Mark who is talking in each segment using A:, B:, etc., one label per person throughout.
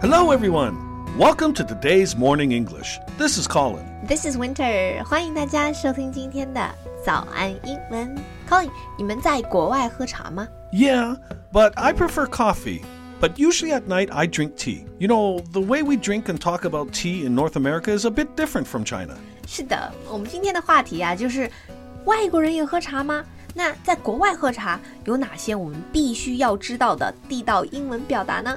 A: Hello, everyone. Welcome to today's Morning English. This is Colin.
B: This is Winter，欢迎大家收听今天的早安英文。Colin，你们在国外喝茶吗？
A: Yeah, but I prefer coffee. But usually at night, I drink tea. You know, the way we drink and talk about tea in North America is a bit different from China.
B: 是的，我们今天的话题啊，就是外国人也喝茶吗？那在国外喝茶有哪些我们必须要知道的地道英文表达呢？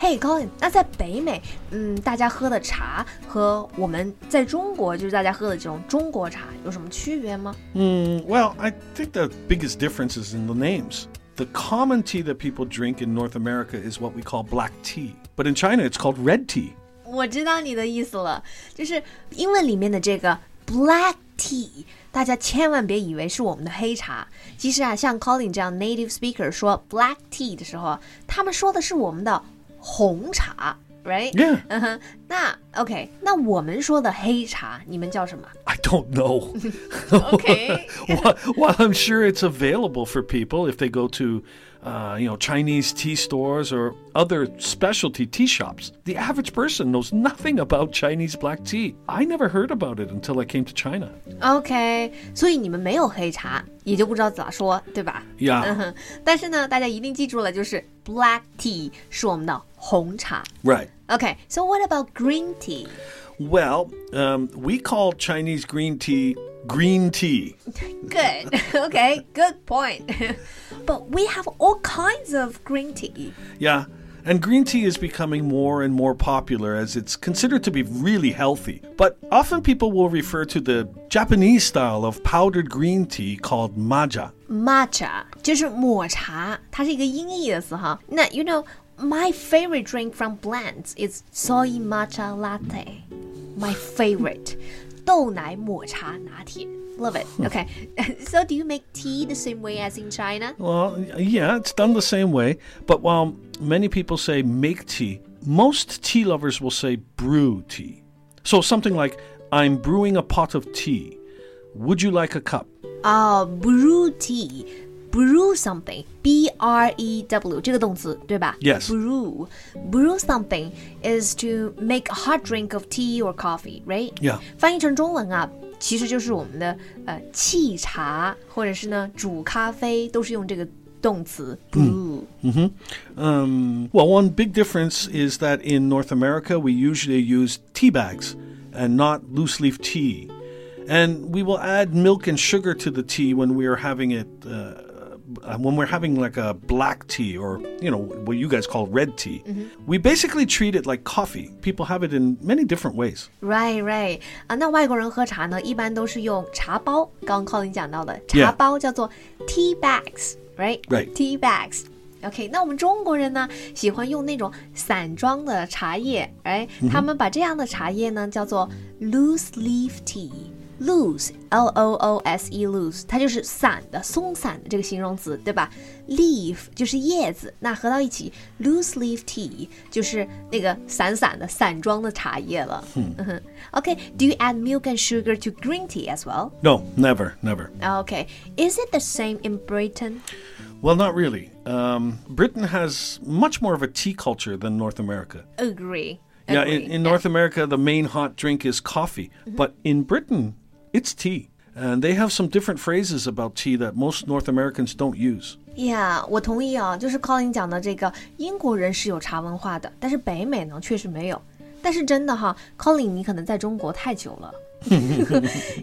B: Hey Colin，那在北美，嗯，大家喝的茶和我们在中国就是大家喝的这种中国茶有什么区别吗？
A: Mm, well, I think the biggest difference is in the names. The common tea that people drink in North America is what we call black tea. But in China, it's called red tea.
B: 我知道你的意思了，就是英文里面的这个 black tea，大家千万别以为是我们的黑茶。其实啊，像 Colin 这样 native speaker 说 black tea 的时候啊，他们说的是我们的红茶，right？
A: Yeah.
B: 嗯哼，那 OK，那我们说的黑茶，你们叫什么
A: I don't know.
B: ？OK，
A: while, while I'm sure it's available for people if they go to, uh, you know, Chinese tea stores or other specialty tea shops, the average person knows nothing about Chinese black tea. I never heard about it until I came to China.
B: OK，所以你们没有黑茶，也就不知道咋说，对吧？
A: Yeah.
B: 嗯哼，但是呢，大家一定记住了，就是 black tea 是我们的红茶。
A: Right.
B: OK，so、what about green tea？
A: Well, um, we call Chinese green tea green tea.
B: Good. Okay. Good point. but we have all kinds of green tea.
A: Yeah. And green tea is becoming more and more popular as it's considered to be really healthy. But often people will refer to the Japanese style of powdered green tea called maja.
B: Matcha 就是抹茶，它是一个音译的词哈。那 you know my favorite drink from Blends is soy matcha latte. My favorite 豆奶抹茶拿铁。Love it. Okay. so do you make tea the same way as in China?
A: Well, yeah, it's done the same way. But while many people say make tea, most tea lovers will say brew tea. So something like, I'm brewing a pot of tea. Would you like a cup?
B: Uh, brew tea. Brew something, B R E W 这个动词对吧
A: Yes.
B: Brew, brew something is to make a hot drink of tea or coffee, right?
A: Yeah.
B: 翻译成中文啊，其实就是我们的呃沏茶，或者是呢煮咖啡，都是用这个动词
A: 嗯
B: brew。
A: Um, well, one big difference is that in North America, we usually use tea bags and not loose leaf tea. And we will add milk and sugar to the tea when we are having it, uh, uh, when we're having like a black tea or, you know, what you guys call red tea. We basically treat it like coffee. People have it in many different ways.
B: Right, right 啊，那外国人喝茶呢，一般都是用茶包。刚刚 Colin 讲到的
A: Yeah
B: 茶包叫做 tea bags，right?
A: Right
B: Tea bags. OK，那我们中国人呢，喜欢用那种散装的茶叶，哎、他们把这样的茶叶呢叫做 loose leaf tea。loose l o o s e loose，它就是散的、松散的这个形容词，对吧？leaf 就是叶子，那合到一起，loose leaf tea 就是那个散散的、散装的茶叶了。嗯哼 OK，do、you add milk and sugar to green tea as well?
A: No, never, never.
B: OK，is、it the same in Britain?
A: Well, not really. Um, Britain has much more of a tea culture than North America.
B: Agree.
A: Yeah, in,
B: agree.
A: in North America, the main hot drink is coffee, but in Britain, it's tea. And they have some different phrases about tea that most North Americans don't use.
B: Yeah，我同意啊，就是 Colin 讲的这个，英国人是有茶文化的，但是北美呢确实没有。但是真的哈，Colin，你可能在中国太久 了。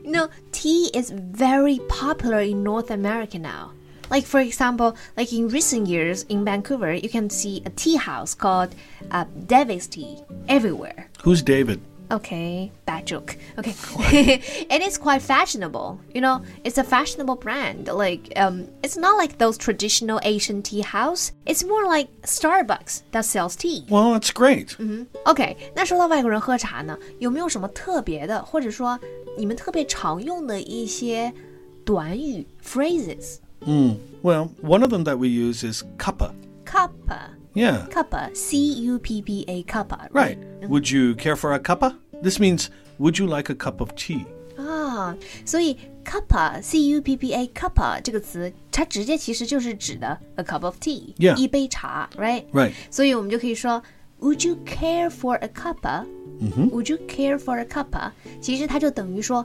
B: you know, tea is very popular in North America now. Like for example, like in recent years in Vancouver, you can see a tea house called uh, Davis Tea everywhere.
A: Who's David?
B: Okay, bad joke. Okay, it is quite fashionable. You know, it's a fashionable brand. Like, um, it's not like those traditional Asian tea house. It's more like Starbucks that sells tea.
A: Well, that's great.
B: OK，那说到外国人喝茶呢，有没有什么特别的，或者说你们特别常用的一些短语 phrases。
A: Mm. Well, one of them that we use is kappa.
B: Cuppa,
A: Yeah,
B: cuppa, c u p p a, cuppa.
A: right. Would you care for a cuppa? This means, would you like a cup of tea?
B: 啊，所以 cuppa, c u p p a, cuppa 这个词，它直接其实就是指的 a cup of tea，、
A: Yeah.
B: 一杯茶，right？
A: Right.
B: 所以我们就可以说，Would you care for a cuppa？、Would
A: Mm-hmm。
B: you care for a cuppa？其实它就等于说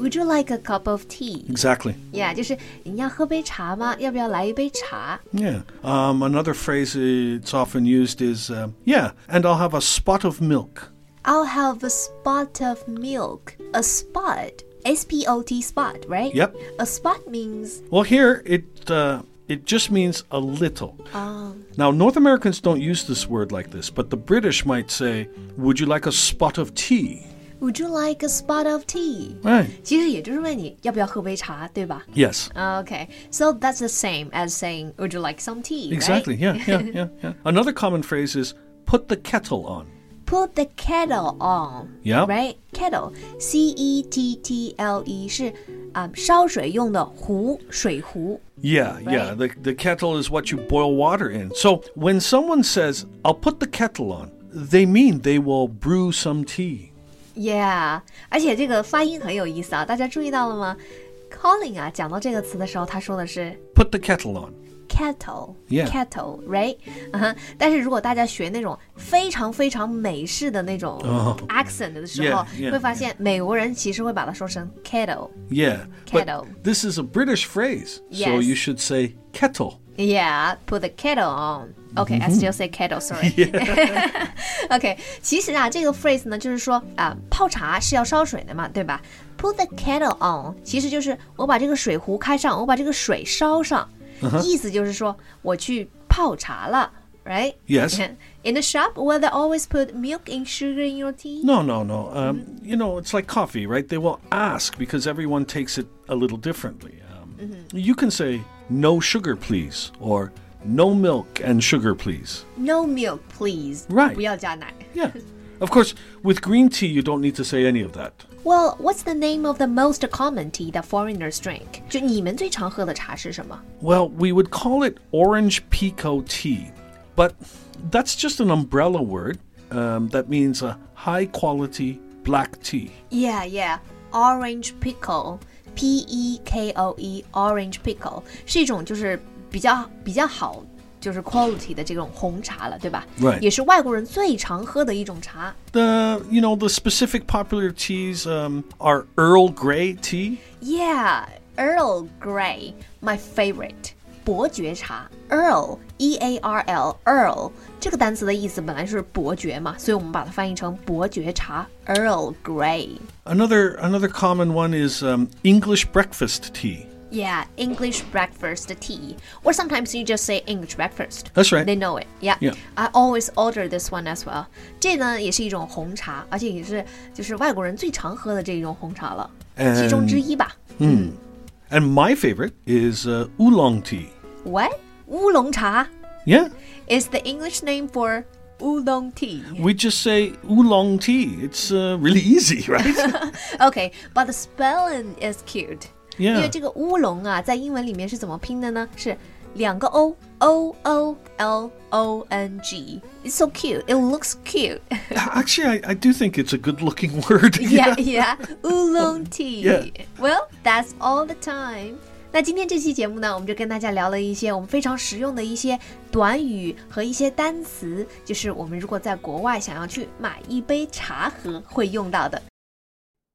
B: ，Would you like a cup of tea？
A: Exactly.
B: 呀、就是你要喝杯茶吗？要不要来一杯茶？
A: Yeah. Um, another phrase it's often used is, uh, yeah, and I'll have a spot of milk.
B: I'll have a spot of milk. A spot. S P O T spot, right?
A: Yep.
B: A spot means
A: Well, here it uh, it just means a little.
B: um
A: Now, North Americans don't use this word like this, but the British might say, "Would you like a spot of tea?"
B: would you like a spot of tea?
A: Right.
B: 其实也就是问你要不要喝杯茶，对吧
A: Yes.
B: Oh, ？Okay, so that's the same as saying would you like some tea? right?
A: Exactly. Yeah. Yeah. Yeah. Yeah. Another common phrase is "put the kettle on."
B: Put the kettle on.
A: Yeah.
B: Right? Kettle, C E T T L E 是啊、烧水用的壶，水壶。
A: Yeah, yeah.
B: Right.
A: The, the kettle is what you boil water in. So when someone says, I'll put the kettle on, they mean they will brew some tea.
B: Yeah，而且这个发音很有意思啊，大家注意到了吗？Calling 啊，讲到这个词的时候，他说的是
A: Put the kettle on.
B: kettle，kettle，right？、
A: Yeah.
B: right？嗯哼但是如果大家学那种非常非常美式的那种 accent 的时候
A: 哦 Yeah, yeah,
B: 会发现美国人其实会把它说成 kettle。
A: Yeah. But
B: Kettle.
A: this is a British phrase. So
B: Yes.
A: you should say kettle.
B: Yeah, put the kettle on. Okay, I still say kettle. Sorry. OK，其实啊，这个 phrase 呢，就是说啊、泡茶是要烧水的嘛，对吧？Put the kettle on，其实就是我把这个水壶开上，我把这个水烧上
A: Uh-huh。
B: 意思就是说我去泡茶了，right?
A: Yes.
B: In the shop, will they always put milk and sugar in your tea?
A: No, no, no. Um, you know, it's like coffee, right? They will ask because everyone takes it a little differently. Um, You can say, no sugar, please, or no milk and sugar, please.
B: No milk, please.
A: Right.
B: 不要加奶。
A: Yeah. Of course, with green tea, you don't need to say any of that.
B: Well, what's the name of the most common tea that foreigners drink? 就你们最常喝的茶是什么？
A: Well, we would call it orange pekoe tea, but that's just an umbrella word um, that means a high quality black tea.
B: Yeah, yeah. Orange pickle, P E K O E, orange pickle 是一种就是比较比较好，就是 quality 的这种红茶了，对吧
A: Right.
B: 也是外国人最常喝的一种茶。
A: The you know the specific popular teas um, are Earl Grey tea.
B: Yeah, Earl Grey, my favorite. 伯爵茶，Earl E A R L Earl 这个单词的意思本来是伯爵嘛，所以我们把它翻译成伯爵茶，Earl Grey。
A: Another another common one is um, English breakfast tea.
B: Yeah, English breakfast tea. Or sometimes you just say English breakfast.
A: That's right.
B: They know it. Yeah.
A: Yeah.
B: I always order this one as well. 这呢也是一种红茶，而且也是就是外国人最常喝的这种红茶了，
A: And-
B: 其中之一吧。
A: And my favorite is uh, oolong tea.
B: What? 乌龙茶
A: Yeah,
B: is the English name for oolong tea.
A: we just say oolong tea. It's uh, really easy, right?
B: Okay, but the spelling is cute. 因为
A: yeah.
B: 这个乌龙啊，在英文里面是怎么拼的呢？是两个 O O O L O N G. It's so cute. It looks cute.
A: Actually, I, I do think it's a good looking word.
B: yeah, yeah. Oolong tea.
A: Yeah.
B: Well, that's all the time. 那今天这期节目呢，我们就跟大家聊了一些我们非常实用的一些短语和一些单词，就是我们如果在国外想要去买一杯茶喝会用到的。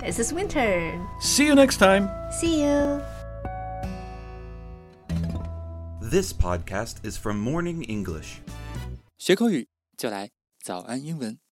B: This is Winter.
A: See you next time.
B: See you.
C: This podcast is from Morning English.
D: 学口语就来早安英文。